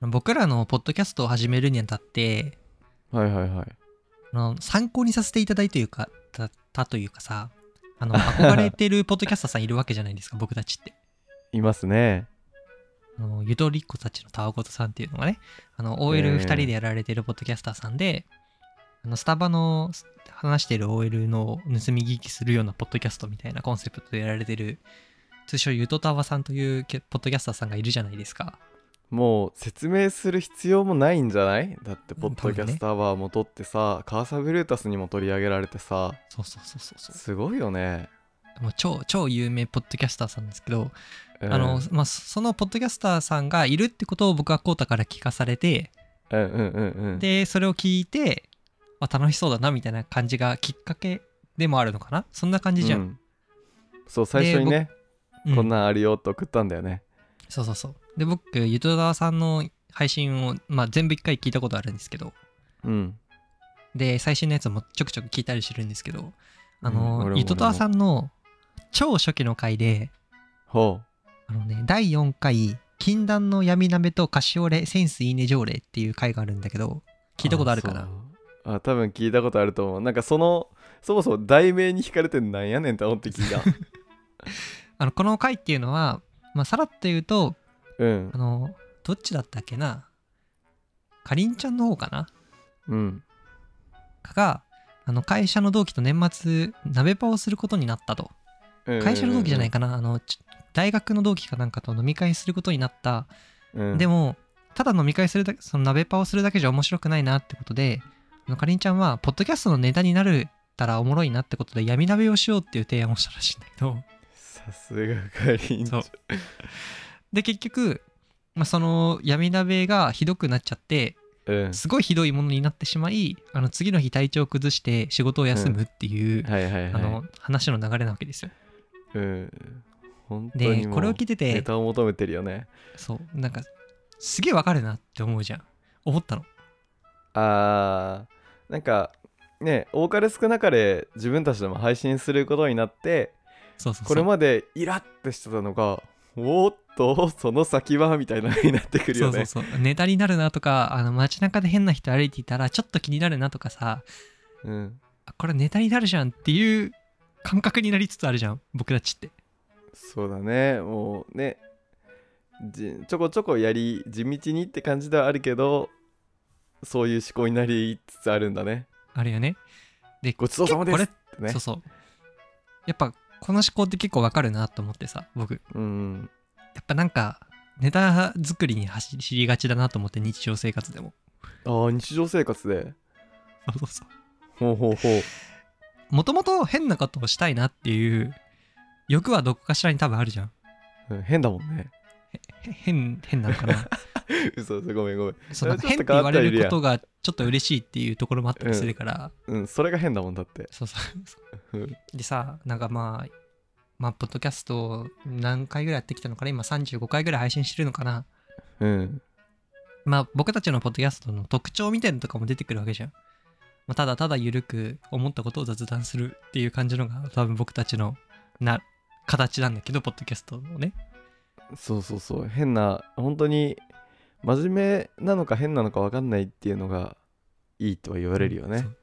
僕らのポッドキャストを始めるにあたってはいはいはい。あの参考にさせていただいというかたたというかさあの憧れてるポッドキャスターさんいるわけじゃないですか僕たちっていますね。あのゆとりっ子たちのたわごとさんっていうのがねあのえ OL2 ー人でやられてるポッドキャスターさんで、あのスタバのす話してる OL の盗み聞きするようなポッドキャストみたいなコンセプトでやられてる通称ゆとたわさんというけポッドキャスターさんがいるじゃないですかもう説明する必要もないんじゃないだって、ポッドキャスターはもとってさ、カーサブルータスにも取り上げられてさ、そうそうそうそうそうすごいよね。もう超超有名ポッドキャスターさんですけど、うんあのまあ、そそのポッドキャスターさんがいるってことを僕はコウタから聞かされてうんうんうんうん。でそれを聞いて、まあ、楽しそうだなみたいな感じがきっかけでもあるのかなそんな感じじゃ、うんんそう、最初にね、うんこんなんあるよって送ったんだよね。そうそうそうで僕ゆとだわさんの配信を、まあ、全部一回聞いたことあるんですけどうん。で最新のやつもちょくちょく聞いたりしてるんですけどあうん俺の、もゆとだわさんの超初期の回でほあのね第4回「禁断の闇鍋とカシオレセンスいいね条例」っていう回があるんだけどう。聞いたことあるかあなそうあ多分聞いたことあると思う。なんかその、そもそも題名に惹かれてなんやねんって思って聞い た。あのこの回っていうのは、まあ、さらっと言うとうんあ。のどっちだったっけなかりんちゃんの方かなうん。があの会社の同期と年末鍋パをすることになったと会社の同期じゃないか、かなあのち大学の同期かなんかと飲み会することになった、うんでもただ飲み会するだけその鍋パをするだけじゃ面白くないなってことであのかりんちゃんはポッドキャストのネタになるたらおもろいなってことで闇鍋をしようっていう提案をしたらしいんだけどさすがかりんちゃんそうで結局、まあ、その闇鍋がひどくなっちゃってうんすごいひどいものになってしまいあの次の日体調を崩して仕事を休むっていう、はいはいはいあの話の流れなわけですよ。うん本当にでもうこれを聞いてネてタを求めてるよねそうなんかすげえわかるなって思うじゃん思ったのあーなんかね多かれ少なかれ自分たちでも配信することになってそうそうそうこれまでイラッてしてたのがおーっとその先はみたいなのになってくるそようそうねそうネタになるなとかあの街中で変な人歩いていたらちょっと気になるなとかさうんあこれネタになるじゃんっていう感覚になりつつあるじゃん僕たちってそうだねもうねじちょこちょこやり地道にって感じではあるけどそういう思考になりつつあるんだねあるよねでごちそうさまですこれってねそうそうやっぱこの思考って結構わかるなと思ってさ僕うんやっぱなんかネタ作りに走りがちだなと思って日常生活でもああ日常生活でそうそうそうほうほうほうもともと変なことをしたいなっていう欲はどこかしらに多分あるじゃんうん変だもんねへ変変なのか な嘘嘘ごめんごめんそうなんかちょっ変っとて言変わっわたれよるりやことがちょっと嬉しいっていうところもあったりするから、うんそれが変だもんだってそうそうそううんでさなんかまあまあポッドキャストを何回ぐらいやってきたのかな今35回ぐらい配信してるのかなうんまあ僕たちのポッドキャストの特徴みたいなのとかも出てくるわけじゃん、まあ、ただただ緩く思ったことを雑談するっていう感じのが多分僕たちのな形なんだけどポッドキャストのねそうそうそう変な本当に真面目なのか変なのか分かんないっていうのがいいとは言われるよねそう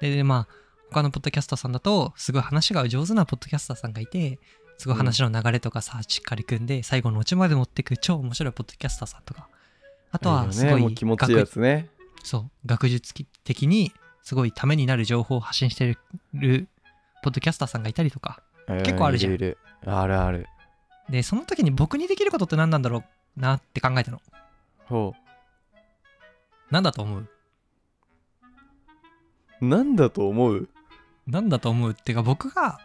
ででまあ他のポッドキャスターさんだとすごい話が上手なポッドキャスターさんがいてすごい話の流れとかさ、しっかり組んで最後のオチまで持ってく超面白いポッドキャスターさんとかあといいはよすねごいもう気持ちいいやつね学そう学術的にすごいためになる情報を発信してるポッドキャスターさんがいたりとか結構あるじゃんういるいるあるあるでその時に僕にできることって何なんだろうなって考えたのほ何だと思ううなんだと思う何だと思うっていうか僕が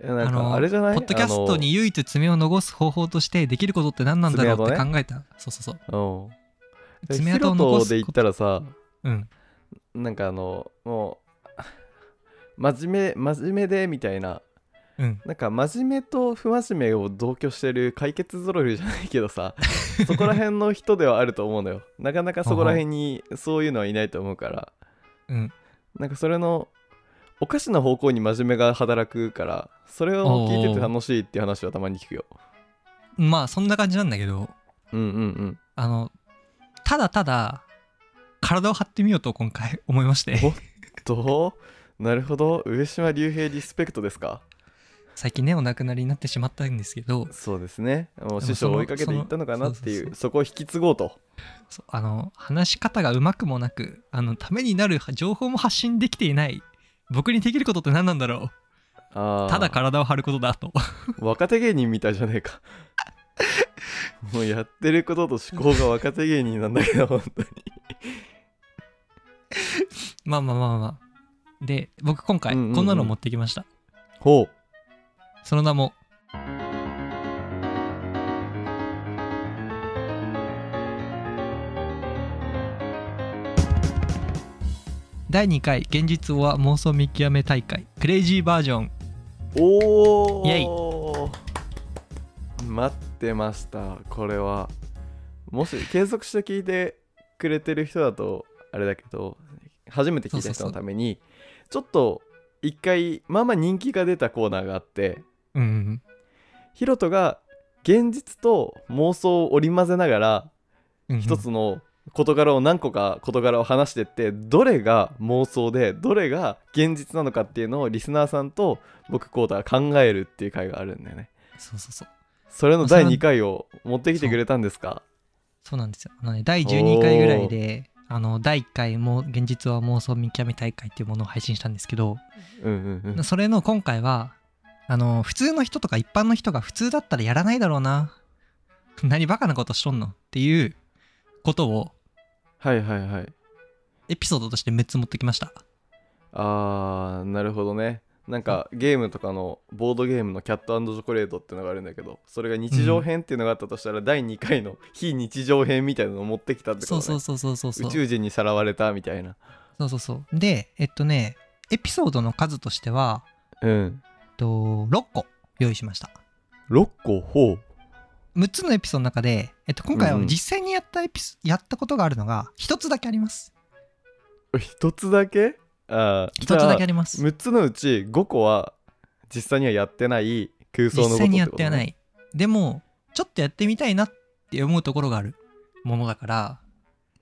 えなんあのかあれじゃないポッドキャストに唯一爪を残す方法としてできることって何なんだろうって考えた、そうそうそうあのうん爪ヒ痕をロ残トすで言こっとたらさうんなんかあのもう 真面目真面目でみたいなうんなんか真面目と不真面目を同居してる解決ぞろいじゃないけ どさそこら辺の人ではあると思うのよなかなかそこら辺にそういうのはいないと思うからうんなんかそれのおかしな方向に真面目が働くからそれを聞いてて楽しいっていう話はたまに聞くよまあそんな感じなんだけどうんうんあのただただ体を張ってみようと今回思いましておどうなるほど上島竜兵リスペクトですか最近ねお亡くなりになってしまったんですけどそうですねもうでも師そ匠をの追いかけていったのかなっていうそのそそうそうこを引き継ごうとそうあの話し方がうまくもなくあのためになる情報も発信できていない僕にできることって何なんだろあうーただ体を張ることだと 若手芸人みたいじゃねえか もうやってることと思考が若手芸人なんだけど本当にまあまあまあまあで僕今回うんうんうんこんなの持ってきました、ほうその名も第2回現実は妄想見極め大会クレイジーバージョンおイエイお待ってましたこれはもし継続して聞いてくれてる人だとあれだけど初めて聞いた人のためにちょっと一回まあまあ人気が出たコーナーがあってうんうんヒロトが現実と妄想を織り交ぜながらうんうん一つの事柄を何個か事柄を話してってどれが妄想でどれが現実なのかっていうのをリスナーさんと僕コーダー考えるっていう回があるんだよねそうそうそうそれのまあそれ第は2回を持ってきてくれたんですかそうなんですよ。あのね、第12回ぐらいで、あの、第1回も、現実は妄想見極め大会っていうものを配信したんですけど、うんうんうんそれの今回は、あの、普通の人とか一般の人が普通だったらやらないだろうな。 何バカなことしとんのっていうことをはいはいはいエピソードとして6つ持ってきました。あーなるほどねなんかゲームとかのボードゲームの「キャットチョコレート」っていうのがあるんだけどそれが日常編っていうのがあったとしたら、第2回の非日常編みたいなのを持ってきたってことそねうそうそうそうそうそう。宇宙人にさらわれたみたいなそうそうそう。で、えっとね、エピソードの数としては、うんえっと、6個用意しました。 6個ほう6つのエピソードの中で、えっと、今回うんはうん実際にやったエピソ、やったことがあるのが1つだけあります一つだけああ1つだけあじゃりまあす6つのうち5個は実際にはやってない空想の実こと際にやってはなねい、でもちょっとやってみたいなって思うところがあるものだから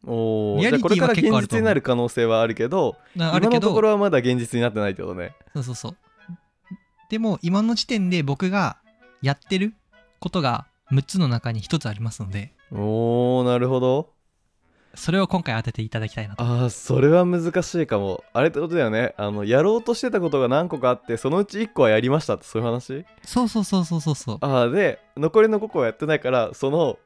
おおじリアゃあリティはこれから現結構あると思実うになる可能性はあるけどなある今けのとどころはまだ現実になってないってことねそうそうそうでも今の時点で僕がやってることが6つの中に1つありますのでおおなるほどそれを今回当てていただきたいなとああそれは難しいかもあれってことだよねあのやろうとしてたことが何個かあってそのうち1個はやりましたってそういう話そうそうそうそうそうそうああで残りの5個はやってないからその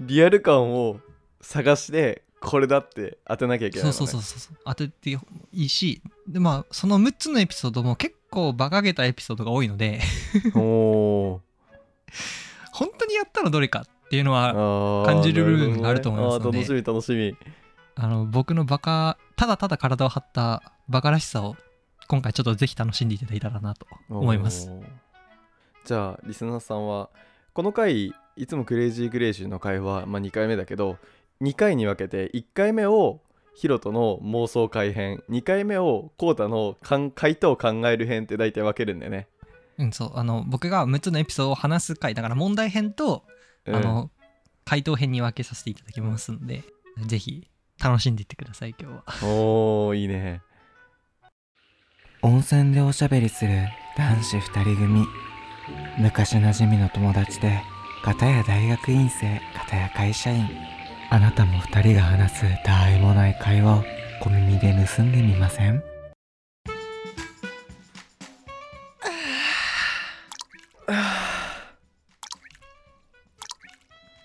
リアル感を探してこれだって当てなきゃいけないそうの、ね、そうそうそうそう当てていいしでまあその6つのエピソードも結構馬鹿げたエピソードが多いので お本当にやったらどれかっていうのはー感じる部分があると思いますのであー楽しみ楽しあの僕のバカただただ体を張ったバカらしさを今回ちょっとぜひ楽しんでいただいたらなとみ 思いますおーじゃあリスナーさんはこの回いつもクレイジーグレイジーの回は、まあ、2回目だけど2回に分けて1回目をヒロトの妄想改編2回目をコータのかん回答を考える編って大体分けるんでね、うんそうあの僕が6つのエピソードを話す回だから問題編と、うんあの回答編に分けさせていただきますのでぜひ楽しんでいってください今日はおーいいね温泉でおしゃべりする男子二人組昔なじみの友達で片や大学院生片や会社員あなたも二人が話すたわいもない会話を小耳で盗んでみません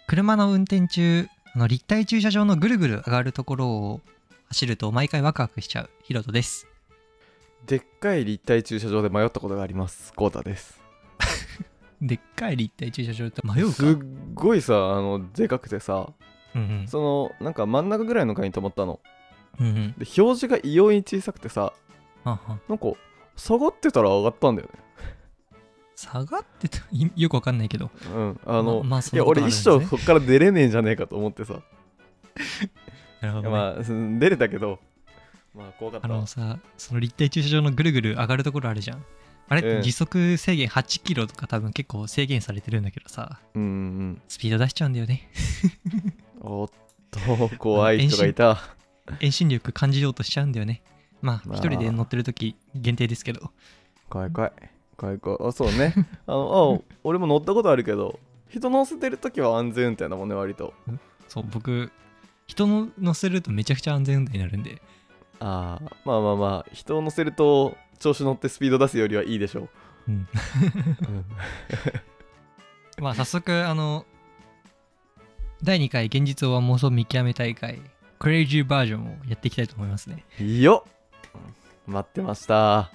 車の運転中あの立体駐車場のぐるぐる上がるところを走ると毎回ワクワクしちゃうヒロトですでっかい立体駐車場で迷ったことがありますコータですでっかい立体駐車場って迷うかすっごいさあのでかくてさうんそのなんか真ん中ぐらいの階に泊まったのうんうんうんで表示が異様に小さくてさはんはんなんか下がってたら上がったんだよね下がってたいよくわかんないけどうんあの、ままあいそんなやこと俺あるん一ですね生こっから出れねえんじゃねえかと思ってさ、なるほどねまあ うん出れたけどまあ怖かっあたわのさ、その立体駐車場のぐるぐる上がるところあるじゃん。あれっうてん時速制限8キロとか多分結構制限されてるんだけどさ、うんうんスピード出しちゃうんだよね。おっと怖い人がいた遠心力感じようとしちゃうんだよねまあまあ一人で乗ってる時限定ですけど怖い怖い怖い怖いあそうねあのあ俺も乗ったことあるけど人乗せてる時は安全運転だもんね割とそう僕人の乗せるとめちゃくちゃ安全運転になるんでああまあまあまあ人を乗せると調子乗ってスピード出すよりはいいでしょう、うんうんまあ早速あの第2回現実を妄想見極め大会クレイジーバージョンをやっていきたいと思いますねよっ待ってました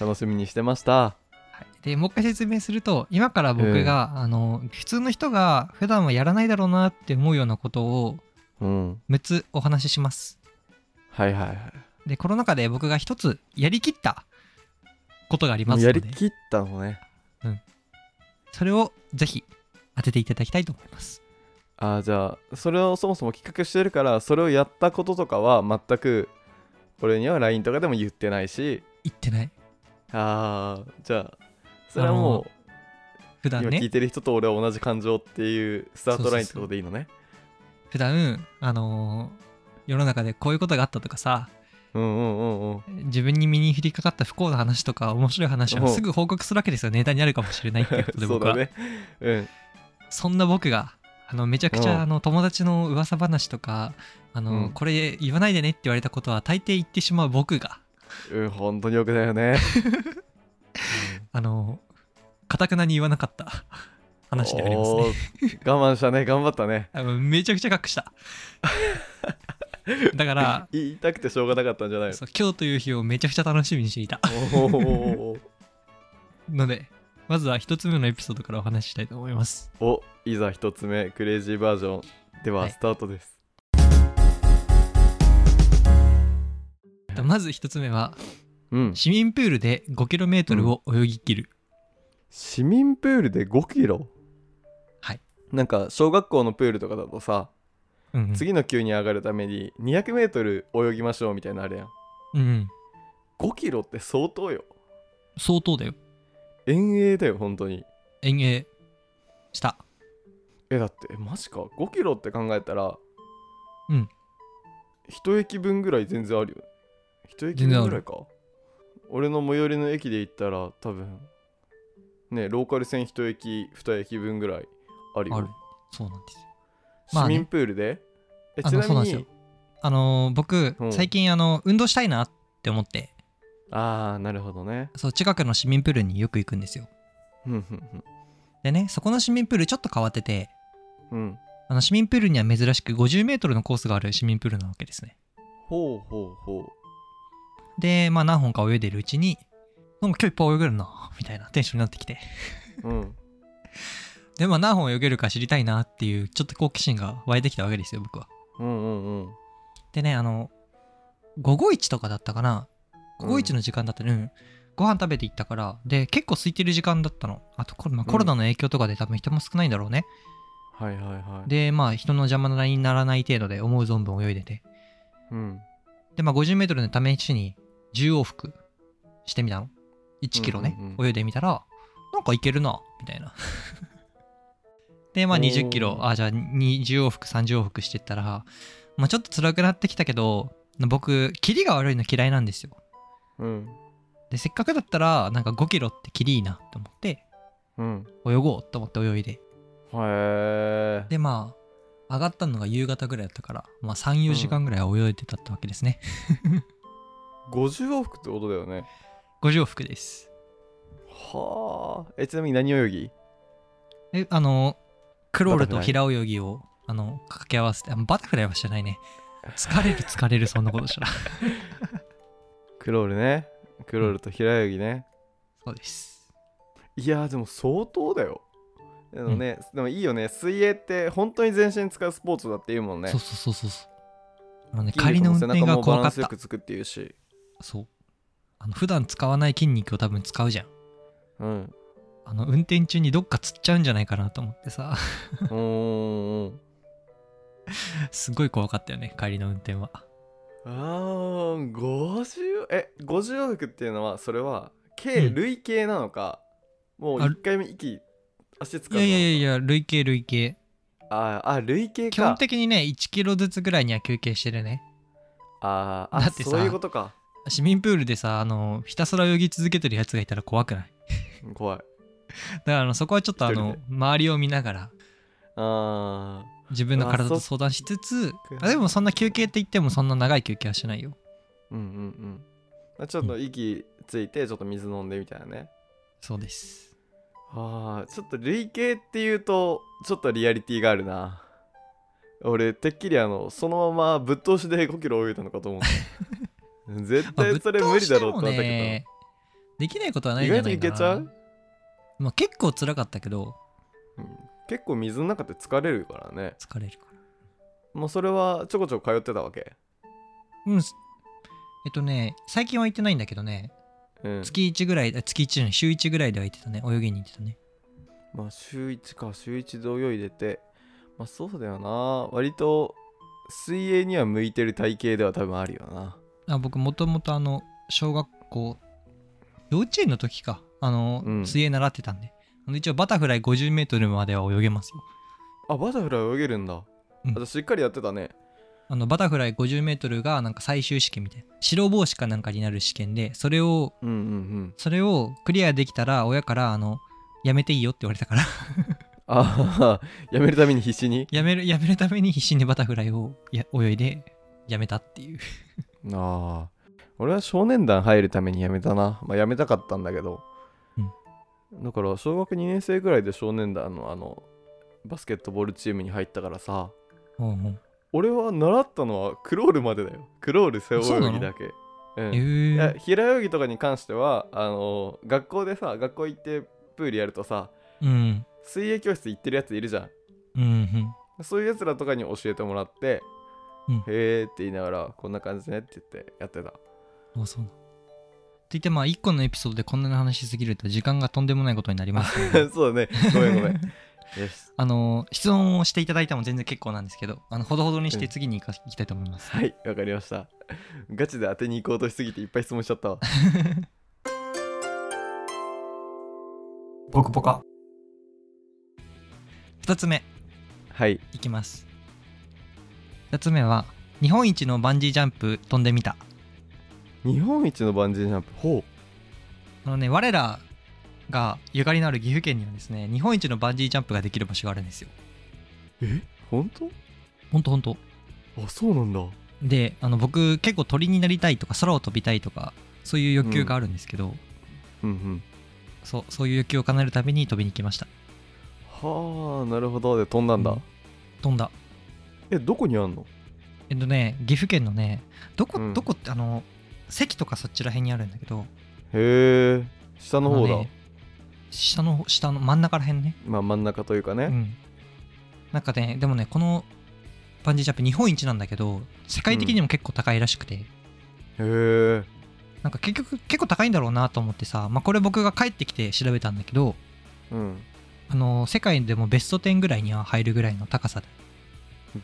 楽しみにしてましたはい、でもう一回説明すると今から僕が、あの普通の人が普段はやらないだろうなって思うようなことをうん6つお話ししますはいはいはいでこの中で僕が1つやりきったことがありもまうすやのでりきったのねそれをぜひ当てていただきたいと思いますああじゃあそれをそもそも企画してるからそれをやったこととかは全く俺には LINE とかでも言ってないし言ってないああじゃあそれはもう普段今聞いねてる人と俺は同じ感情っていうスタートラインってことでいいのね普段あのー世の中でこういうことがあったとかさうんうんうんうん自分に身に降りかかった不幸な話とか面白い話をすぐ報告するわけですよネタになるかもしれないっていうことでそう僕だはねうんそんな僕があのめちゃくちうんゃあの友達の噂話とかあの、うんこれ言わないでねって言われたことは大抵言ってしまう僕がうん本当によくだ よねあのかたくなに言わなかった話でありますねおー我慢したね頑張ったねあのめちゃくちゃ隠しただから言いたくてしょうがなかったんじゃないのそう今日という日をめちゃくちゃ楽しみにしていたおーのでまずは一つ目のエピソードからお話ししたいと思いますおいざ一つ目クレイジーバージョンでは、はいスタートですまず一つ目はうん市民プールで 5km を泳ぎ切る、市民プールで5キロはいなんか小学校のプールとかだとさ、うんうん、次の級に上がるために 200m 泳ぎましょうみたいなのあれやんうんうん5キロって相当よ相当だよ遠泳だよ本当に遠泳したえだってえマジか5キロって考えたらうん一駅分ぐらい全然あるよ一駅全然分あるぐらいか俺の最寄りの駅で行ったら多分ねローカル線一駅二駅分ぐらいあるよあるそうなんですよま市あね民プールで、えあちのなそうみなんですよにあのー僕うん最近あの運動したいなって思ってああなるほどねそう近くの市民プールによく行くんですようんうんでねそこの市民プールちょっと変わっててうんうんあの市民プールには珍しく 50m のコースがある市民プールなわけですねほうほうほうでまあ何本か泳いでるうちになんか今日いっぱい泳げるなみたいなテンションになってきてうんでまあ何本泳げるか知りたいなっていうちょっと好奇心が湧いてきたわけですよ僕はうんうんうんでねあの午後1とかだったかな午後1の時間だったね、うんご飯食べて行ったからで結構空いてる時間だったのあとコロ,、まあうんコロナの影響とかで多分人も少ないんだろうね、はいはいはいでまあ人の邪魔にならない程度で思う存分泳いでてうんでまあ 50m の試しに10往復してみたの1キロね、うんうんうん泳いでみたらなんかいけるなみたいな でまあおー2 0キロあじゃあに10往復30往復してったら、まあ、ちょっと辛くなってきたけど僕キリが悪いの嫌いなんですようんでせっかくだったらなんか5キロってキリいいなと思ってうん泳ごうと思って泳いでへえでまあ上がったのが夕方ぐらいだったから、まあ、34うん時間ぐらいは泳いでたってわけですね、 50往復ってことだよね50往復ですはあえちなみに何泳ぎえあのクロールとバタフライ平泳ぎをあの掛け合わせてあバタフライはしてないね疲れる疲れるそんなこと したらクロールねクロールと平泳ぎね、そうですいやーでも相当だよでもね、でもいいよね水泳って本当に全身使うスポーツだって言うもんねそうそうそうそうそうあのね筋仮肉のも運背転中がもバ怖ラかンっスよたくつくっていうしそうあの普段使わない筋肉を多分使うじゃん うんあの運転中にどっかつっちゃうんじゃないかなと思ってさ うーんすごい怖かったよね帰りの運転はあー50え50往復っていうのはそれは計うん累計なのか、もうあ1回目息足使ういのやいやいや累計累計ああ累計か基本的にね1キロずつぐらいには休憩してるねああだってさそういうことか市民プールでさあのひたすら泳ぎ続けてるやつがいたら怖くない怖いだからあのそこはちょっとあ一の人周りを見ながらあ自分のあ体そっと相談しつつかあでもそんな休憩って言ってもそんな長い休憩はしないよーうんうんうんまあちょっと息ついてちょっと水飲んでみたいなねそうですあーちょっと累計っていうとちょっとリアリティがあるな俺てっきりあのそのままぶっ通しで5キロ泳いだのかと思った 絶まあ対それ無理だろうっぶてっな通ったしてもけねできないことはど、ない意んじゃ外とないいかけなちゃう、まあ、結構辛かったけどうん結構水の中って疲れるからね疲れるからもうそれはちょこちょこ通ってたわけ、うんすえっとね最近は行ってないんだけどねうん、月1ぐらいあ月1じゃない週1ぐらいでは行ってたね泳ぎに行ってたねまあ週1か週1で泳いでてまあそうだよな割と水泳には向いてる体型では多分あるよなあ僕もともとあの小学校幼稚園の時かあの、うん水泳習ってたんであの一応バタフライ 50m までは泳げますよあバタフライ泳げるんだ、うんあじゃあしっかりやってたねあのバタフライ 50m がなんか最終試験みたいな白帽子かなんかになる試験でそれをうんうんうんそれをクリアできたら親からあのやめていいよって言われたから ああ やめるために必死にやめるやめるために必死にバタフライをや泳いでやめたっていうああ俺は少年団入るためにやめたなまあやめたかったんだけど、だから小学2年生ぐらいで少年団のあのバスケットボールチームに入ったからさうんうん俺は習ったのはクロールまでだよクロール背そうな泳のぎだけうんへいやえ平泳ぎとかに関してはあの学校でさ学校行ってプールやるとさうん水泳教室行ってるやついるじゃうんうんんそういうやつらとかに教えてもらって「うんへーって言いながらこんな感じねって言ってやってたあそうなんって言ってまあ1個のエピソードでこんなに話しすぎると時間がとんでもないことになりますのでそうだね ごめんご めんよし あの質問をしていただいても全然結構なんですけどあのほどほどにして次に行か、行きたいと思いますはいわかりましたガチで当てに行こうとしすぎていっぱい質問しちゃったわポカポカ2つ目はいいきます2つ目は日本一のバンジージャンプ飛んでみた日本一のバンジージャンプほうあのね我らがゆかりのある岐阜県にはですね日本一のバンジージャンプができる場所があるんですよえ本当ほんとほんとあそうなんだであの僕結構鳥になりたいとか空を飛びたいとかそういう欲求があるんですけど、うんうんそうそういう欲求を叶えるために飛びに来ましたはあなるほどで飛んだんだ、うん飛んだえどこにあんのえっとね岐阜県のねどこ、うんどこってあの関とかそっちら辺にあるんだけどへえ下の方あだ、ね下の方下の真ん中ら辺ねまあ真ん中というかね、うんなんかねでもねこのバンジージャンプ日本一なんだけど世界的にも結構高いらしくて、へえなんか結局結構高いんだろうなと思ってさ、まあ、これ僕が帰ってきて調べたんだけどうんあの世界でもベスト10ぐらいには入るぐらいの高さで、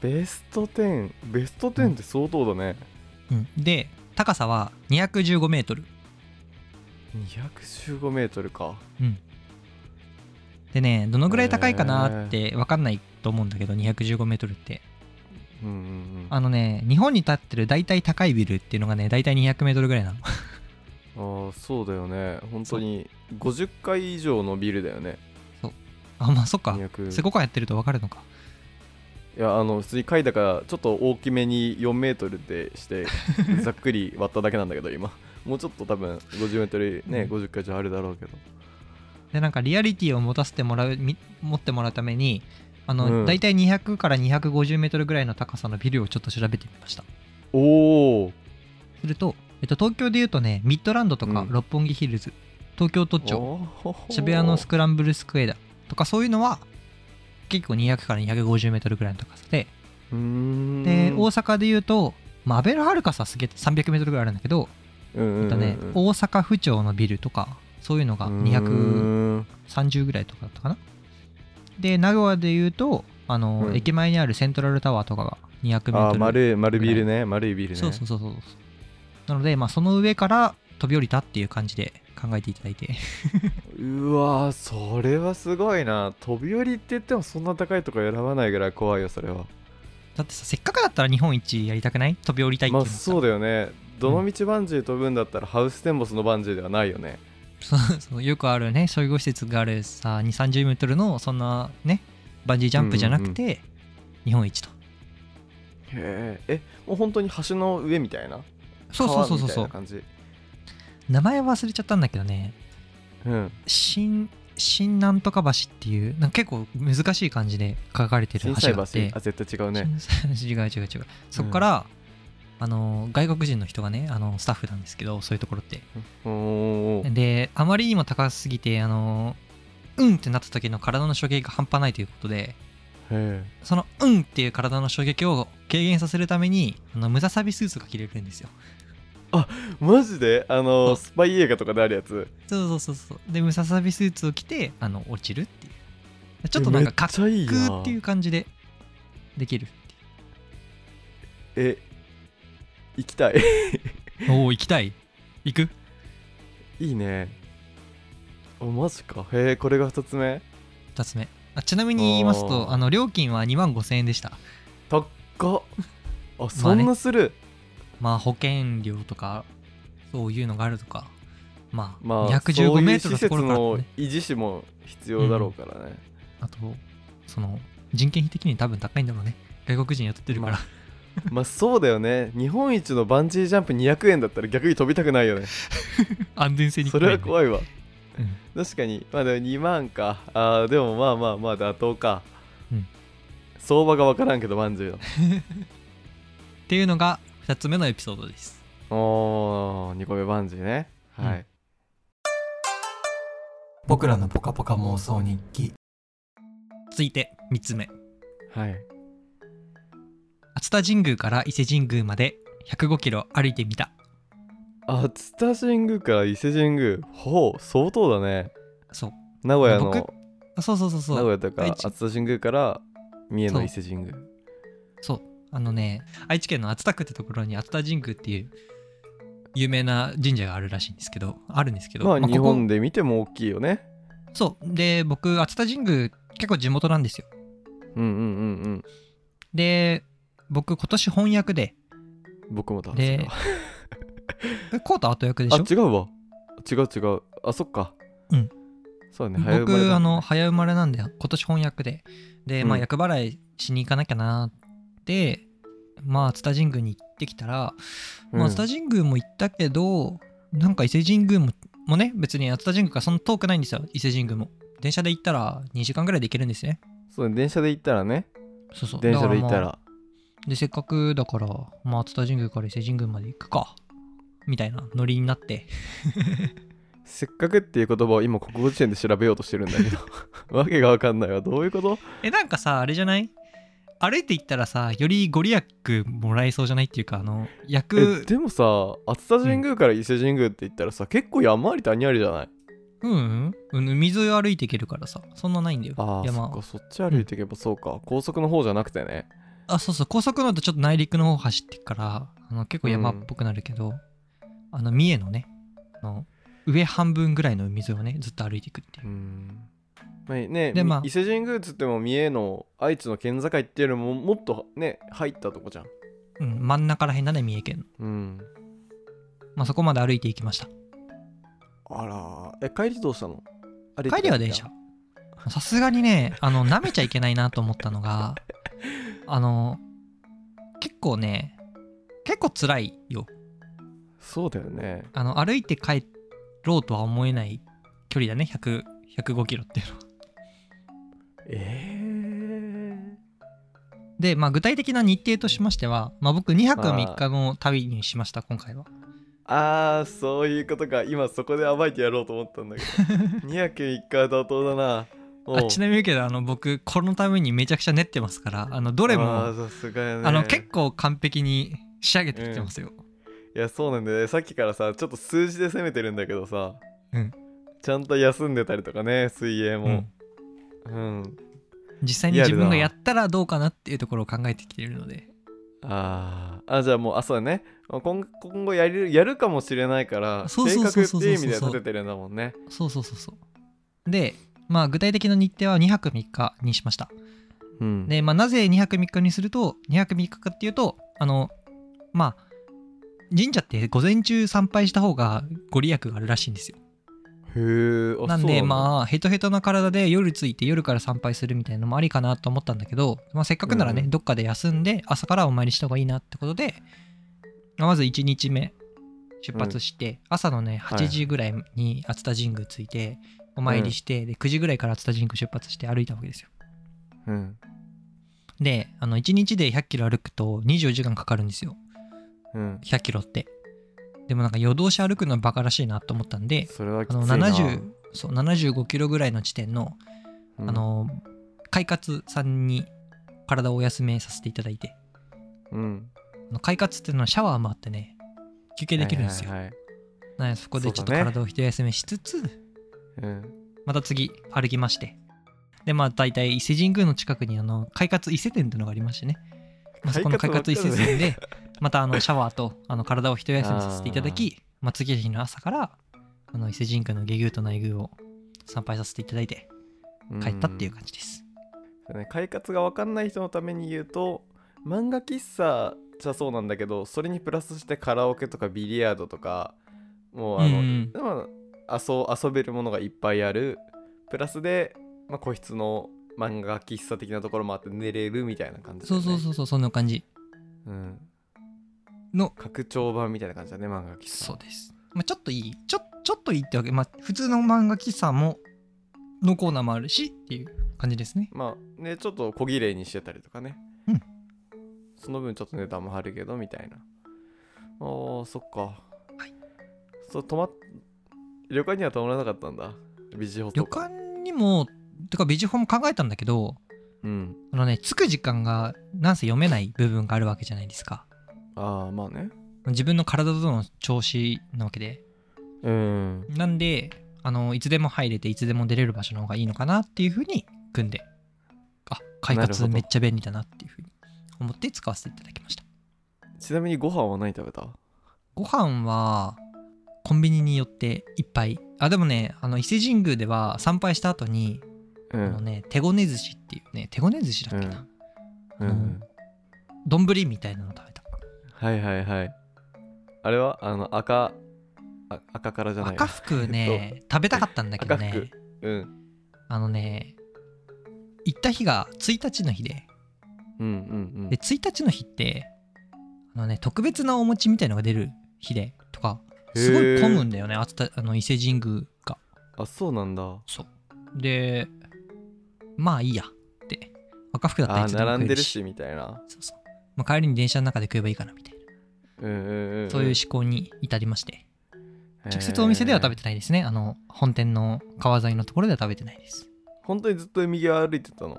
ベスト10ベスト10って相当だね、うん、で高さは215メートル、 215メートルかうん、でねどのぐらい高いかなって分かんないと思うんだけど215メートルってうんうんうんああのね日本に建ってる大体高いビルっていうのがね大体200メートルぐらいなの あーそうだよね本当に50階以上のビルだよねあまあそっか200そこからやってると分かるのかいやあの普通に階高ちょっと大きめに4メートルってして ざっくり割っただけなんだけど今もうちょっと多分50メートルね、うん50階以上あるだろうけどでなんかリアリティを持たせてもらうみ持ってもらうためにあの、うん大体200から250メートルぐらいの高さのビルをちょっと調べてみましたおおすると、えっと、東京でいうとねミッドランドとかうん六本木ヒルズ、東京都庁渋谷のスクランブルスクエアだとかそういうのは結構200から250メートルぐらいの高さで、うーんで大阪でいうと、まあ、アベルハルカスはすげえ300メートルぐらいあるんだけど、うんうんうんうんえっとね、大阪府庁のビルとかそういうのが230うぐらいとかだったかなで名古屋でいうとあの、うん駅前にあるセントラルタワーとかが200メーんあーートル丸い丸ビールね丸いビールねそうそうそうそうなのでまあその上から飛び降りたっていう感じで考えていただいて うわーそれはすごいな飛び降りって言ってもそんな高いとこ選ばないぐらい怖いよそれはだってさせっかくだったら日本一やりたくない飛び降りたいっていまうあのさそうだよねどの道バンジー飛ぶんだったらハウステンボスのバンジーではないよねそう そうよくあるね商業施設があるさ2 3 0メートルのそんなねバンジージャンプじゃなくて、日本一とへええもう本当に橋の上みたいなそうそうそうそうそう川みたいな名前忘れちゃったんだけどね感じ、うん、新新なんとか橋っていうなんか結構難しい感じで書かれてる震橋災があって橋あ絶対違うね震災橋違う違う違うそこから、あの外国人の人がねあのスタッフなんですけどそういうところっておーおーおーであまりにも高すぎてあのうんってなった時の体の衝撃が半端ないということでへそのうんっていう体の衝撃を軽減させるためにあのムササビスーツが着れるんですよえマジであのそうスパイ映画とかであるやつそうそうそうそうでムササビスーツを着てあの落ちるっていうちょっとなんかかっえめっちゃいいくなっていう感じでできるえ行きたい おお行きたい行くいいねおマジかへえこれが2つ目2つ目あちなみに言いますおとーあの料金は2万5000円でした高っあそんなする、まあ保険料とかそういうのがあるとかまあ、まあそう215いメうートル施のと設ころからだのとね維持費も必要だろうからね、あとその人件費的に多分高いんだろうね外国人雇ってるから、ままあそうだよね日本一のバンジージャンプ200円だったら逆に飛びたくないよね 安全性にそれはは怖いわい、うん確かにまあでも2万かあーでもまあまあまあ妥当か、うん相場が分からんけどバンジーのっていうのが2つ目のエピソードですおー2個目バンジーねはうい、ん僕らのポカポカ妄想日記続いて3つ目はい熱田神宮から伊勢神宮まで105キロ歩いてみた熱田神宮から伊勢神宮ほう相当だねそう名古屋の僕あそうそうそう名そ古う屋とか愛知熱田神宮から三重そのう伊勢神宮そうあのね愛知県の熱田区ってところに熱田神宮っていう有名な神社があるらしいんですけどあるんですけど、まあここ日本で見ても大きいよねそうで僕熱田神宮結構地元なんですようんうんうんうんで僕今年翻訳で僕もだでえコート後役でしあょ違うわ違う違うあそっかうんそうだね早生まれ僕だあの早生まれなんで今年翻訳ででまあうん厄払いしに行かなきゃなってまあ熱田神宮に行ってきたら、まあ、うん熱田神宮も行ったけどなんか伊勢神宮ももね別に熱田神宮からそんな遠くないんですよ伊勢神宮も電車で行ったら2時間ぐらいで行けるんですねそうね電車で行ったらねそうそう電車で行っだかたらまらあでせっかくだから、まあ、熱田神宮から伊勢神宮まで行くかみたいなノリになってせっかくっていう言葉を今国語辞典で調べようとしてるんだけ どわけがわかんないわどういうことえなんかさあれじゃない歩いて行ったらさよりご利益もらえそうじゃないっていうかあのえ役でもさ熱田神宮から伊勢神宮って言ったらさ、結構山あり谷ありじゃないうん、うん、海沿いを歩いていけるからさそんなないんだよあーそ山っかそっち歩いていけばそうか、高速の方じゃなくてねあそうそう高速のだとちょっと内陸の方走ってっからあの結構山っぽくなるけど、あの三重のねあの上半分ぐらいの海沿いをねずっと歩いていくっていうう、んまあねでまあ伊勢神宮っつっても三重の愛知の県境っていうのももっとね入ったとこじゃんうん、真ん中らへんだね三重県の、うんまあ、そこまで歩いていきましたあらえ帰りどうしたのあれ帰りは電車 さすがにねあの舐めちゃいけないなと思ったのが あの結構ね結構辛いよそうだよねあの歩いて帰ろうとは思えない距離だね100 105キロっていうのはえー、で、まあ、具体的な日程としましては、まあ、僕2泊3日の旅にしました今回はあーそういうことか今そこで暴いてやろうと思ったんだ けど2泊3日は妥当だなあちなみに言うけどあの僕このためにめちゃくちゃ練ってますからあのどこれもああ,、ーさすがやねの結構完璧に仕上げてきてますよ、いやそうなんだよねさっきからさちょっと数字で攻めてるんだけどさ、うんちゃんと休んでたりとかね水泳うんもうん、実際にリアル自だ分がやったらどうかなっていうところを考えてきているのでああじゃあもうあそうだね今今後やるやるかもしれないからそう計そう画っそうてそうそうそういう意味では立ててるんだもんねそうそうそうそうでまあ具体的な日程は2泊3日にしましたうんで、まあ、なぜ2泊3日にすると2泊3日かっていうとあのまあ神社って午前中参拝した方がご利益があるらしいんですよへえあなんであまあヘトヘトな体で夜着いて夜から参拝するみたいなのもありかなと思ったんだけど、まあ、せっかくならね、うんどっかで休んで朝からお参りした方がいいなってことでまあまず1日目出発して、朝のねはい8時ぐらいに熱田神宮着いてお参りして、で9時ぐらいから熱田神宮出発して歩いたわけですようんであの1日で1 0 0キロ歩くと24時間かかるんですようん1 0 0キロってでもなんか夜通し歩くのはバカらしいなと思ったんでそれはきあついのな70そう75キロぐらいの地点のうんあの快活さんに体をお休めさせていただいてうんあの快活っていうのはシャワーもあってね休憩できるんですよ、はいはいはいなのでそこでちょっとそうだね体を一休めしつつ、うんまた次歩きましてでまあ大体伊勢神宮の近くにあの快活伊勢店っていうのがありましてね、まあ、そこの快活伊勢快活ばっか店でまたあのシャワーとあの体を一休みさせていただきまあ、次の日の朝からあの伊勢神宮の下宮と内宮を参拝させていただいてうん帰ったっていう感じです、そうね快活が分かんない人のために言うと漫画喫茶じゃそうなんだけどそれにプラスしてカラオケとかビリヤードとかもうあの、うんまあ遊遊べるものがいっぱいあるプラスで、まあ、個室の漫画喫茶的なところもあって寝れるみたいな感じだそようね、そうそうそうそんな感じう、ん、の拡張版みたいな感じだね漫画喫茶そうです、まあ、ちょっといいちょちょっといいってわけ、まあ、普通の漫画喫茶ものコーナーもあるしっていう感じですねまあねちょっと小綺麗にしてたりとかね、うんその分ちょっと値段も張るけどみたいなあーそっかはいそう泊まっ旅館には泊まらなかったんだビジホ旅とか館にもとかビジホも考えたんだけどうんあのね着く時間がなんせ読めない部分があるわけじゃないですかああまあね自分の体との調子なわけでうんなんであのいつでも入れていつでも出れる場所の方がいいのかなっていうふうに組んであ快なる活ほどめっちゃ便利だなっていうふうに思って使わせていただきましたちなみにご飯は何食べたご飯はコンビニによっていっぱいあでもねあの伊勢神宮では参拝した後に、うあのんね手ごね寿司っていうね手ごね寿司だっけなうあのん丼、みたいなの食べたはいはいはいあれはあの赤あ赤からじゃない赤福ね、食べたかったんだけど赤ね福うんあのね行った日が1日の日でうんうんで1日の日ってあのね特別なお餅みたいのが出る日でとかうんすごい混むへーんだよねあつたあの伊勢神宮があそうなんだそう。で、まあいいやって。赤福だったらあいつーでも並食んえでるるし。しみたいなそうそう。まあ、帰りに電車の中で食えばいいかなみたいな。うんうんうんんそういう思考に至りまして。直接お店では食べててないですね。あの、本店の川沿いのところでは食べてないです。本当にずっと右歩いてたのん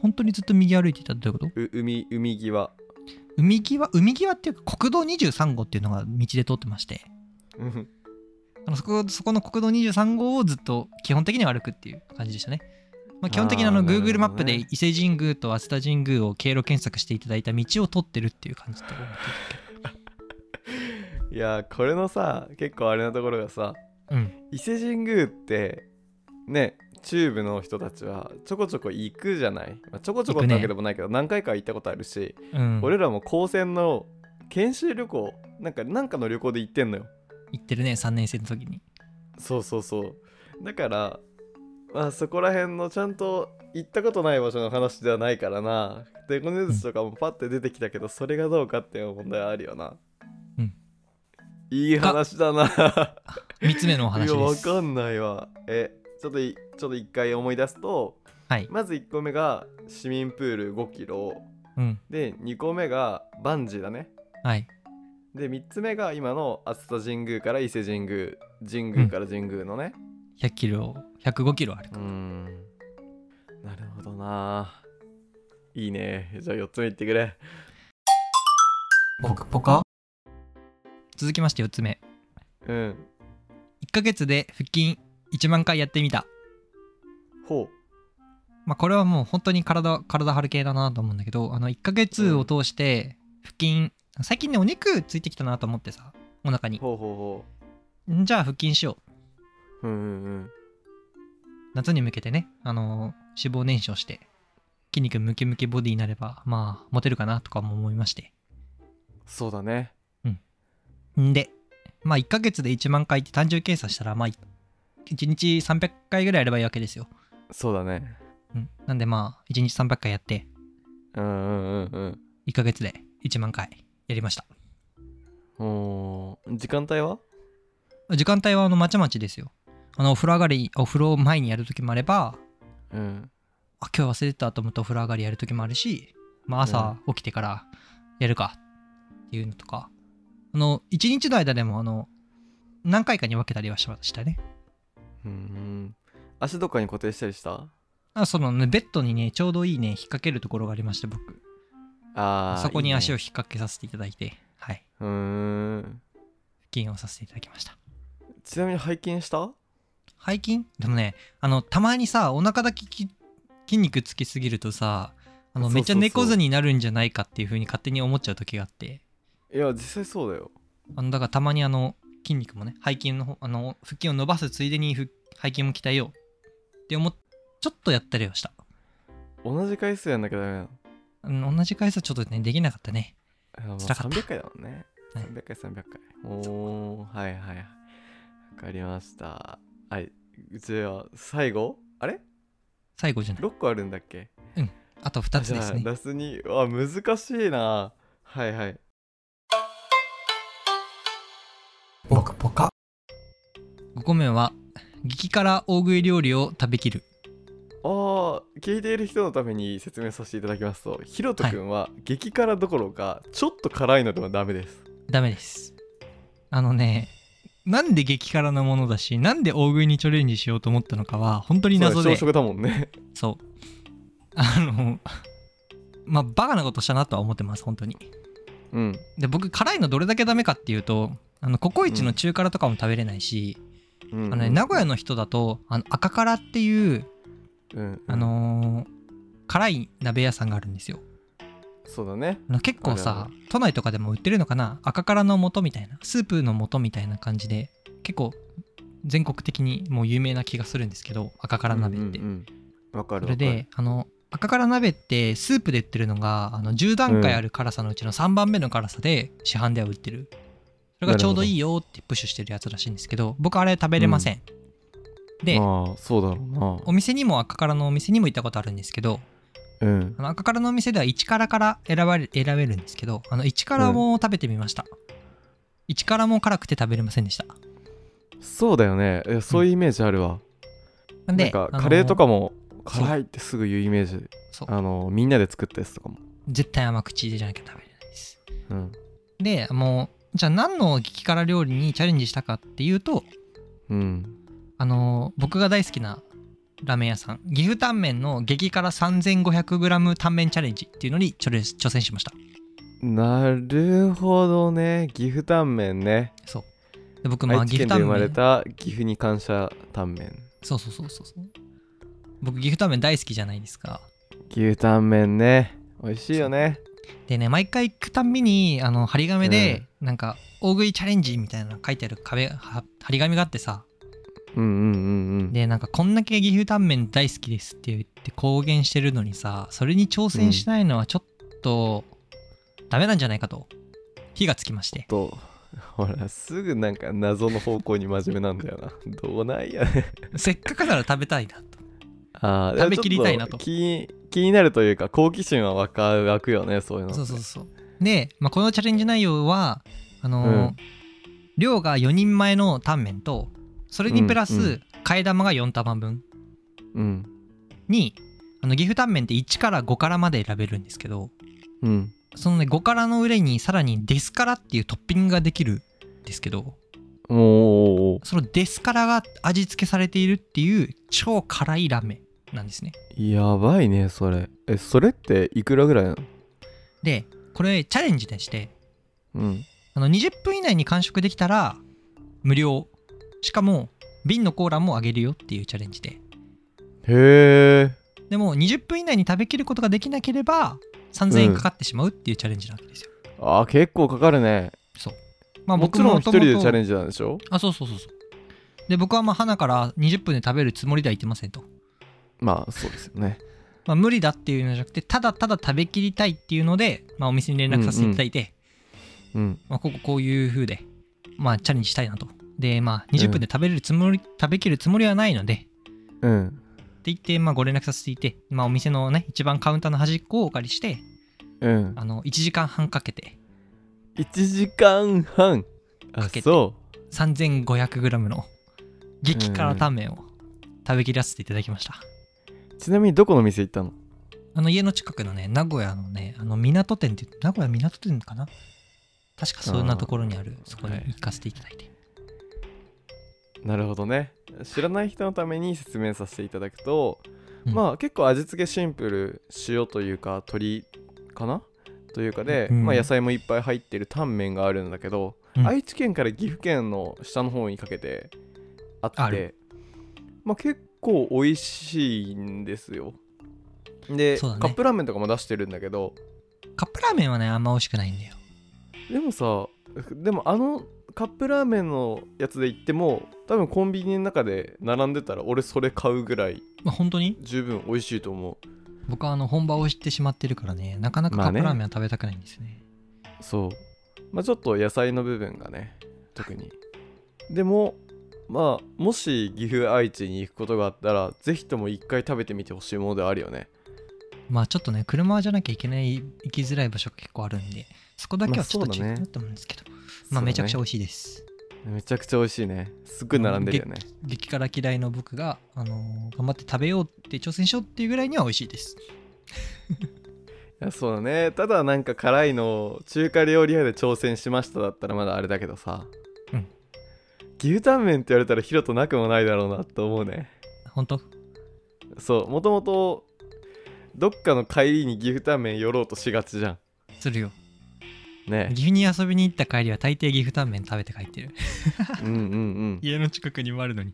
本当にずっと右歩いていたってどういうことう海海際 海際、海際っていうか国道23号っていうのが道で通ってまして、うんあのそこそこの国道23号をずっと基本的には歩くっていう感じでしたね。まあ、基本的にあのあーなるほど Google ねマップで伊勢神宮と熱田神宮を経路検索していただいた道を通ってるっていう感じで思っていただいやーこれのさ結構あれなところがさける。うん。伊勢神宮ってね中部の人たちはちょこちょこ行くじゃない、まあ、ちょこちょこってわけでもないけど、何回かは行ったことあるし、うん、俺らも高専の研修旅行なんかなんかの旅行で行ってんのよ行ってるね、3年生の時に。そうそうそうだからまあそこら辺のちゃんと行ったことない場所の話ではないからなでこのネズとかもパッて出てきたけどそれがどうかっていう問題はあるよなうんいい話だな3つ目 のお話いでやす。わかんないわえちょっといちょっと一回思い出すとはい。まず1個目が市民プール5キロうん。で2個目がバンジーだねはい。で3つ目が今の熱田神宮から伊勢神宮神宮から神宮のね、 100キロ、105キロ歩うく。ーんなるほどないいねじゃあ4つ目いってくれポクポカ続きまして4つ目。うん1ヶ月で腹筋1万回やってみた。ほまあ、これはもう本当に体、体張る系だなと思うんだけど、あの、1ヶ月を通して、筋最近ねお肉ついてきたなと思ってさお腹にほうほうほんじゃあ腹筋しようううんうんうん夏に向けてねあのー脂肪燃焼して筋肉ムキムキボディになればまあモテるかなとかも思いましてそうだねんでまあ1ヶ月で1万回って単純計算したらまあ1日300回ぐらいやればいいわけですよ、そうだねうん、なんでまあ1日300回やってうんうんうん1ヶ月で1万回やりましたうんおー時間帯は時間帯はあのまちまちですよあのお風呂上がりお風呂前にやる時もあればうんあ今日忘れてたと思ってお風呂上がりやる時もあるし、まあ、朝起きてからやるかっていうのとか、あの1日の間でもあの何回かに分けたりはしましたねうんうん足とかに固定したりしたあそのねベッドにねちょうどいいね引っ掛けるところがありまして僕あーそこに足をいい引っ掛けさせていただいてはいねうーん腹筋をさせていただきましたちなみに背筋した背筋でもねあのたまにさお腹だけき筋肉つきすぎるとさあのそうそうそうめっちゃ猫背になるんじゃないかっていう風に勝手に思っちゃう時があっていや実際そうだよあのだからたまにあの筋肉もね背筋の方あの腹筋を伸ばすついでに腹背筋も鍛えようって思っちょっとやったりはした同じ回数やんなきゃダメなのあの同じ回数はちょっとねできなかったねあまあ辛かった300回だもんね。はい300回、300回。おー、はいはいはい。わかりました。はい。じゃあ、最後あれ最後じゃない ?6 個あるんだっけあと2つですじゃあ、ねラスに、あ、難しいな。はいはい。ポカポカ5個目は激辛大食い料理を食べきるあー、聞いている人のために説明させていただきますと、ひろとくんは激辛どころか、ちょっと辛いのではダメです。ダメですあのねなんで激辛なものだしなんで大食いにチャレンジしようと思ったのかは本当に謎そうだでね小食だもんね。そうあのまあバカなことしたなとは思ってます本当にうん。で僕辛いのどれだけダメかっていうとあのココイチの中辛とかも食べれないし、うんあのね、名古屋の人だとあの赤辛っていう、うん、あ、のー辛い鍋屋さんがあるんですよそうだね。あの結構あるあさる都内とかでも売ってるのかな赤辛の素みたいなスープの素みたいな感じで結構全国的にもう有名な気がするんですけど赤辛鍋って、うんうんうんわかそるわかれる。であの赤辛鍋ってスープで売ってるのがあの10段階ある辛さのうちの3番目の辛さで市販では売ってるそれがちょうどいいよってプッシュしてるやつらしいんですけど僕あれ食べれません、でまあ、そうだろうお店にも赤辛のお店にも行ったことあるんですけどな。うんあ。の赤辛のお店では1辛から選ばれ選べるんですけどあの1辛も食べてみました、1辛も辛くて食べれませんでしたそうだよねいやそういうイメージあるわ、なんなでんかあのカレーとかも辛いってすぐ言うイメージそうあのみんなで作ったやつとかも、絶対甘口じゃなきゃ食べれないですうんでもうじゃあ何の激辛料理にチャレンジしたかっていうとうん、あのー僕が大好きなラーメン屋さん岐阜タンメンの激辛 3500g タンメンチャレンジっていうのにちょれ挑戦しましたなるほどね岐阜タンメンねそうで僕まあ愛岐知阜県でタン生まメれンた岐阜に感謝タンメンそうそうそうそうそう僕岐阜タンメン大好きじゃないですか岐阜タンメンね美味しいよねでね毎回行くたんびにあの張り紙で、なんか大食いチャレンジみたいなの書いてある壁は張り紙があってさうんうんうんうんでなんかこんだけ岐阜タンメン大好きですって言って公言してるのにさそれに挑戦しないのはちょっとダメなんじゃないかと火がつきまして とほらすぐなんか謎の方向に真面目なんだよなどうないやねせっかくなら食べたいなとあー 食べきりたいなとちょっ気気になるというか好奇心は湧か湧くよねそういうのそうそうそうで、まあ、このチャレンジ内容はあのーうん量が4人前のタンメンとそれにプラス、うんうん替え玉が4玉分うんにあの岐阜タンメンって1から5からまで選べるんですけどうんそのね5からの上にさらにデスカラっていうトッピングができるんですけどおーおーおそのデスカラが味付けされているっていう超辛いラーメンなんですねーやばいねそれえそれっていくらぐらいなのでこれチャレンジでしてうんあの20分以内に完食できたら無料しかも瓶のコーラもあげるよっていうチャレンジでへえでも20分以内に食べきることができなければ3000円かかってしまうっていうチャレンジなわけですよ、あー結構かかるねまあも僕ちろん一人でチャレンジンジなんでしょあそうそうそうそうで僕はまあ花から20分で食べるつもりではいてませんと、まあそうですよねまあ、無理だっていうのじゃなくてただただ食べきりたいっていうので、まあ、お店に連絡させていただいて、うんまあ、こここういう風で、まあ、チャレンジしたいなと。で、まあ、20分で食べれるつもり、食べきるつもりはないので、ってうん言って、まあ、ご連絡させていて、まあ、お店のね、一番カウンターの端っこをお借りして、うんあの、1時間半かけて、 1時間半あかけてそ 3500g の激辛タンメンを食べきらせていただきました。うちなみにどこの店行ったのあの、家の近くのね、名古屋のね、あの、港店って、名古屋港店かな確かそんなところにある、そこにはい行かせていただいて。なるほどね知らない人のために説明させていただくと、うんまあ結構味付けシンプル塩というか鶏かなというかで、うんまあ、野菜もいっぱい入ってるタンメンがあるんだけど、うん愛知県から岐阜県の下の方にかけてあってあるまあ、結構美味しいんですよで、そうだねカップラーメンとかも出してるんだけどカップラーメンはね、あんま美味しくないんだよ。でもさでもあのカップラーメンのやつで言っても多分コンビニの中で並んでたら俺それ買うぐらいまあ、本当に十分美味しいと思う僕はあの本場を知ってしまってるからねなかなかカップまあねラーメンは食べたくないんですね,、そうまあちょっと野菜の部分がね特にでもまあもし岐阜愛知に行くことがあったらぜひとも一回食べてみてほしいものではあるよねまあちょっとね車じゃなきゃいけない行きづらい場所が結構あるんでそこだけはちょっまとあ違そうだねうと思うんですけど、まあめちゃくちゃ美味しいですそうだねめちゃくちゃ美味しいねすっごい並んでるよね激辛嫌いの僕が、あのー頑張って食べようって挑戦しようっていうぐらいには美味しいですいやそうだねただなんか辛いの中華料理屋で挑戦しましただったらまだあれだけどさうん牛タンメンって言われたらヒロとなくもないだろうなと思うね本当そうもともとどっかの帰りに牛タンメン寄ろうとしがちじゃするよんね岐阜に遊びに行った帰りは大抵岐阜タンメン食べて帰っ てるうんうんうん家の近くにもあるのに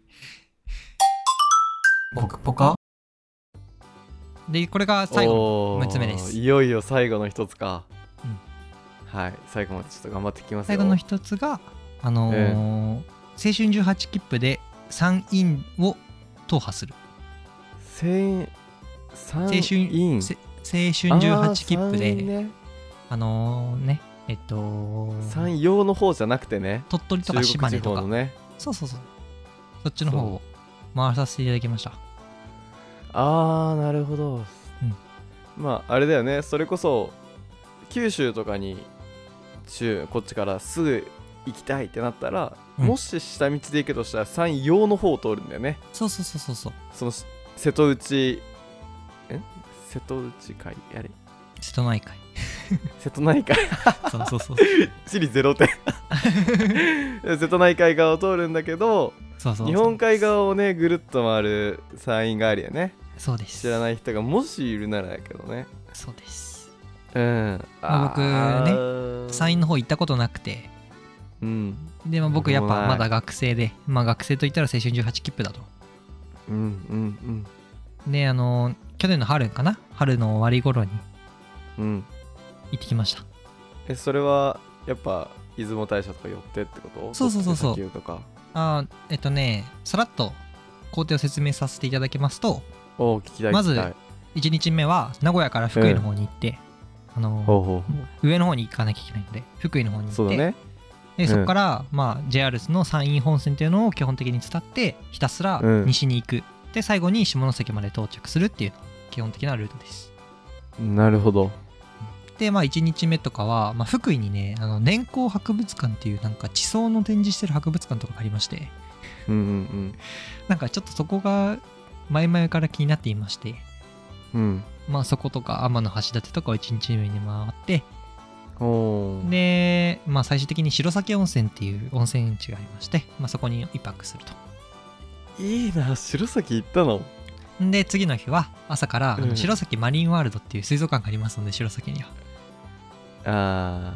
ポクポカでこれが最後おー六つ目ですいよいよ最後の一つか、うんはい最後までちょっと頑張っていきますよ最後の一つがあのーええ青春18切符で参院を踏破するせん三青春インせ青春あー18切符で三あ,、院ねのーねえっと三陽の方じゃなくてね鳥取と中か国島根地と方か、のねそうそうそうそっちの方を回させていただきましたああなるほど、うんまああれだよねそれこそ九州とかに中こっちからすぐ行きたいってなったら、うんもし下道で行くとしたら山陽の方を通るんだよねそうそうそうそうそうそのし瀬戸内ん瀬戸内海あれ瀬戸内海瀬戸内海 そうそうそう地理ゼ ロ点瀬戸内海側を通るんだけどそうそう日本海側をねぐるっと回る山陰があるよねそうです知らいない人がもしいるならやけどねそうですうん、あ僕ねね山陰の方行ったことなくてうんでも僕やっ僕もぱないまだ学生でまあ学生といったら青春18切符だとうんうんであのー去年の春かな春の終わり頃にうんうん行ってきましたえそれはやっぱ出雲大社とか寄ってってことそうそうそうそう鳥取砂丘とかあーえっとねさらっと工程を説明させていただきますと、おう聞きたいまず聞きたい1日目は名古屋から福井の方に行って、あほのうほう上の方に行かなきゃいけないので福井の方に行ってそうだねでそこから、まあ、JR の山陰本線というのを基本的に伝ってひたすらうん西に行く、で最後に下関まで到着するっていうのが基本的なルートですなるほどでまあ1日目とかは、まあ、福井にねあの年功博物館っていうなんか地層の展示してる博物館とかがありましてうんうんなんかちょっとそこが前々から気になっていましてうんうんまあそことか天橋立とかを1日目に回っておうで、まあ、最終的に城崎温泉っていう温泉地がありまして、まあ、そこに一泊すると。いいな白崎行ったので、次の日は朝から、あのうん城崎マリンワールドっていう水族館がありますので、城崎には。あ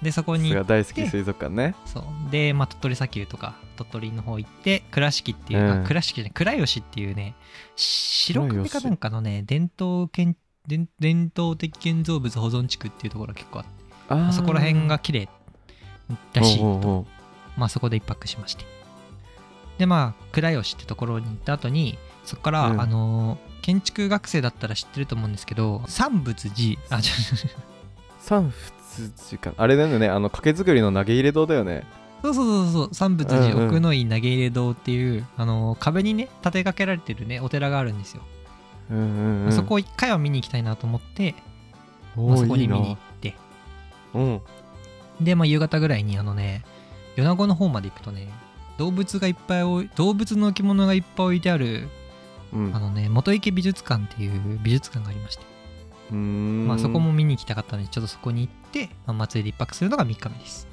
で、そこあにすが、大好きで水族館ねそう。で、まあ、鳥取砂丘とか、鳥取の方行って、倉敷っていう、うあん倉敷じゃない、倉吉っていうね、白壁か倉吉なんかのね、伝統建伝伝統的建造物保存地区っていうところが結構あってあまあそこら辺がが綺麗らしいおうおうと、おうまあ、そこで一泊しましてでまあ倉吉ってところに行った後にそこから、うんあのー建築学生だったら知ってると思うんですけど三仏寺あちょ三仏寺かあれなんだよねあの掛け作りの投げ入れ堂だよねそうそうそうそう三仏寺うんうん奥の井投入堂っていう、あのー壁にね立てかけられてるねお寺があるんですよ、うんうん、うん、そこを一回は見に行きたいなと思って、おまあ、ーそこいにいな見に行ってうんで、まあ、夕方ぐらいにあのね米子の方まで行くとね動物がいっぱいおい動物の置物がいっぱい置いてあるうんあのね元池美術館っていう美術館がありまして、うーんまあ、そこも見に行きたかったのでちょっとそこに行って、まあ、祭りで一泊するのが3日目です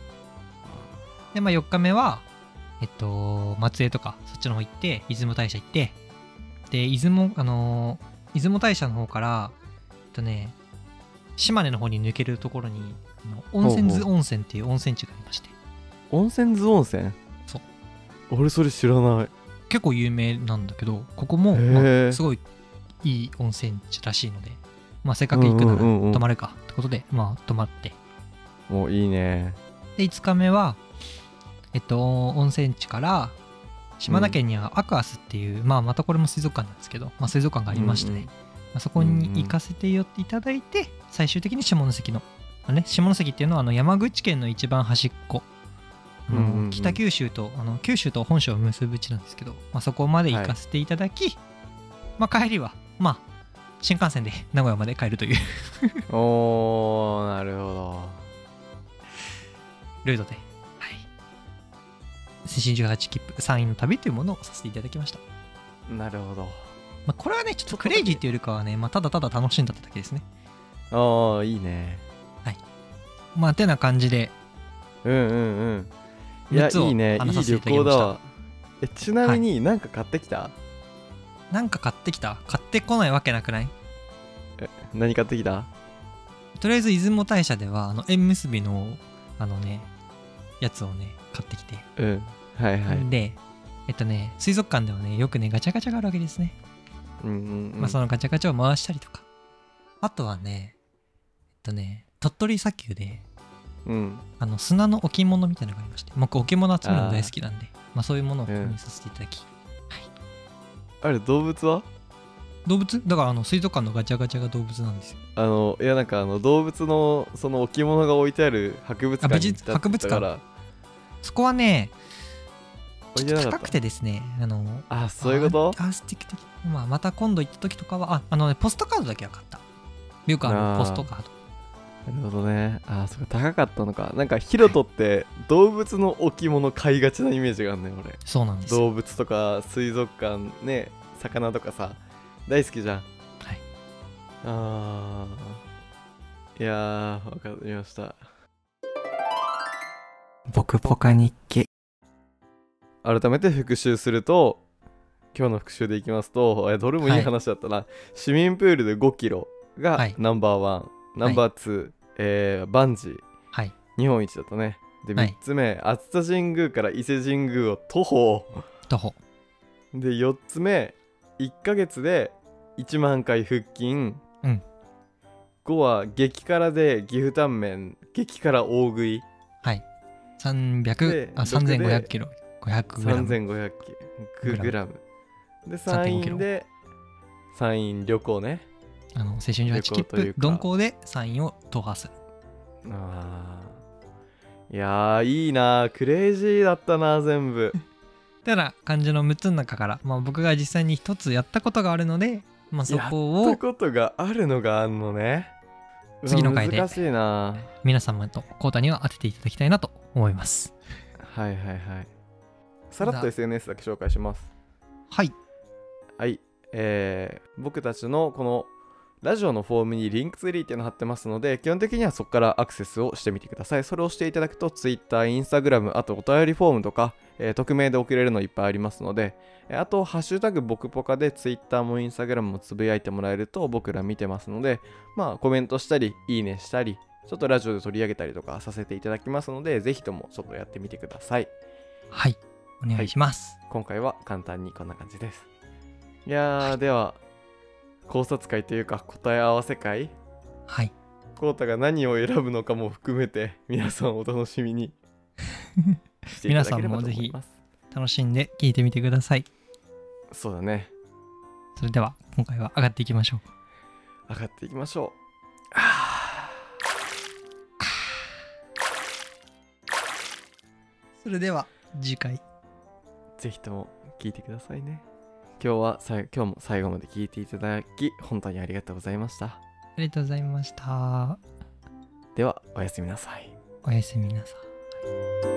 で、まあ、4日目はえっと松江とかそっちの方行って出雲大社行ってで出雲あのー出雲大社の方からえっとね島根の方に抜けるところにあの温泉ほう津ほ温泉っていう温泉地がありまして温泉津温泉そう俺それ知らない結構有名なんだけどここも、へーまあすごいいい温泉地らしいので、まあ、せっかく行くならうんうんうんうん泊まるかってことで、まあ泊まってもういい ねで5日目はえっと温泉地から島根県にはアクアスっていう、まあまたこれも水族館なんですけど、まあ、水族館がありましてね、うんうんまあ、そこに行かせてよいただいて最終的に下関のあれね下関っていうのはあの山口県の一番端っこあのうんうんうん北九州とあの九州と本州を結ぶ地なんですけど、まあ、そこまで行かせていただき、まあ、帰りはまあ新幹線で名古屋まで帰るというおーなるほルートで、はい、青春18切符3位の旅というものをさせていただきました、どなるほどまあ、これはねちょっとクレイジーっていうよりかはね、まあ、ただただ楽しんだってだけですねああいいねまあてな感じでうんうんうんいや6いつをいね話いさいせてい旅ただきま行だしたわえちなみに何か買ってきた、なんか買ってきた買ってこないわけなくない何買ってきたとりあえず出雲大社ではあの縁結びのあのねやつをね買ってきてうんはいはい、うんでえっとね水族館ではねよくねガチャガチャがあるわけですね、うんうんまあそのガチャガチャを回したりとかあとはねえっとね鳥取砂丘でうんあの砂の置物みたいなのがありまして僕置物集めるの大好きなんでまあそういうものを購入させていただき、あれ動物は動物だからあの水族館のガチャガチャが動物なんですよあのいやなんかあの動物のその置物が置いてある博物館あに美術行ったって言ったからそこはね置いてなか高ったくてですねあのあそういうことアースティック的まあまた今度行った時とかはああのねポストカードだけは買ったよくああのーポストカードなるほどねあーそっか高かったのかなんかヒロトって動物の置物買いがちなイメージがあるね俺そうなんですよ動物とか水族館ね魚とかさ大好きじゃんはいあーいやーわかりましたポクポカ日記改めて復習すると今日の復習でいきますとえどれもいい話だったな、市民プールで5キロはがいナンバーワン、ナンバーツー、えーバンジーはい日本一だったねではい3つ目、熱田神宮から伊勢神宮を徒歩徒歩で4つ目1ヶ月で1万回腹筋、うん5は激辛で岐阜タンメン激辛大食いはい300であどこで3500キロ500グラム3500グラムで山3.5キロ陰で山陰旅行ねあの青春18切という符か鈍行で山陰を踏破するあーいやーいいなークレイジーだったなー全部てな感じの6つの中から、まあ、僕が実際に1つやったことがあるので、まあ、そこやっをたことがあるのがあんのねうわ次の回で難しいなー皆様とコータには当てていただきたいなと思いますはいはいはいさらっと SNS だけ紹介しますはいはい、えー僕たちのこのラジオのフォームにリンクツリーっていうの貼ってますので基本的にはそこからアクセスをしてみてくださいそれをしていただくと Twitter、Instagram あとお便りフォームとか、えー匿名で送れるのいっぱいありますのでえーあと「ハッシュタグ僕ポカ」で Twitter も Instagram もつぶやいてもらえると僕ら見てますのでまあコメントしたりいいねしたりちょっとラジオで取り上げたりとかさせていただきますのでぜひともちょっとやってみてくださいはいお願いします、今回は簡単にこんな感じですいやー、では考察会というか答え合わせ会はいコウタが何を選ぶのかも含めて皆さんお楽しみにしていただければと思います楽しんで聞いてみてくださいそうだねそれでは今回は上がっていきましょう上がっていきましょそれでは次回うぜひとも聞いてくださいね今日はさい今日も最後まで聞いていただき本当にありがとうございましたありがとうございましたではおやすみなさいおやすみなさい